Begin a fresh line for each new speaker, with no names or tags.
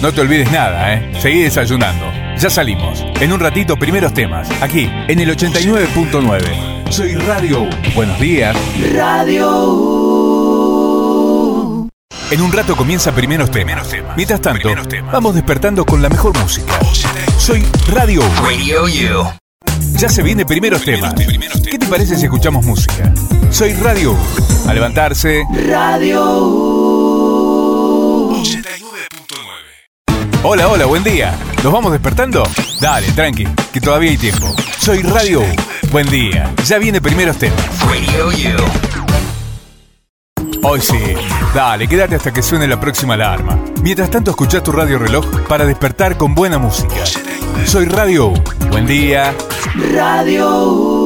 No te olvides nada, ¿eh? Seguí desayunando. Ya salimos. En un ratito, primeros temas. Aquí, en el 89.9. Soy Radio U. Buenos días. En un rato comienza primeros temas. Mientras tanto,
Primeros temas.
vamos despertando con la mejor música. Soy Radio U.
Radio You.
Ya se viene primeros, temas. ¿Qué te parece si escuchamos música? Soy Radio U. A levantarse. Hola, hola, buen día. ¿Nos vamos despertando? Dale, tranqui, que todavía hay tiempo. Soy Radio U. Buen día. Ya viene primeros temas.
Radio You.
Hoy sí. Dale, quédate hasta que suene la próxima alarma. Mientras tanto, escucha tu radio reloj para despertar con buena música. Soy Radio U. Buen día.
Radio U.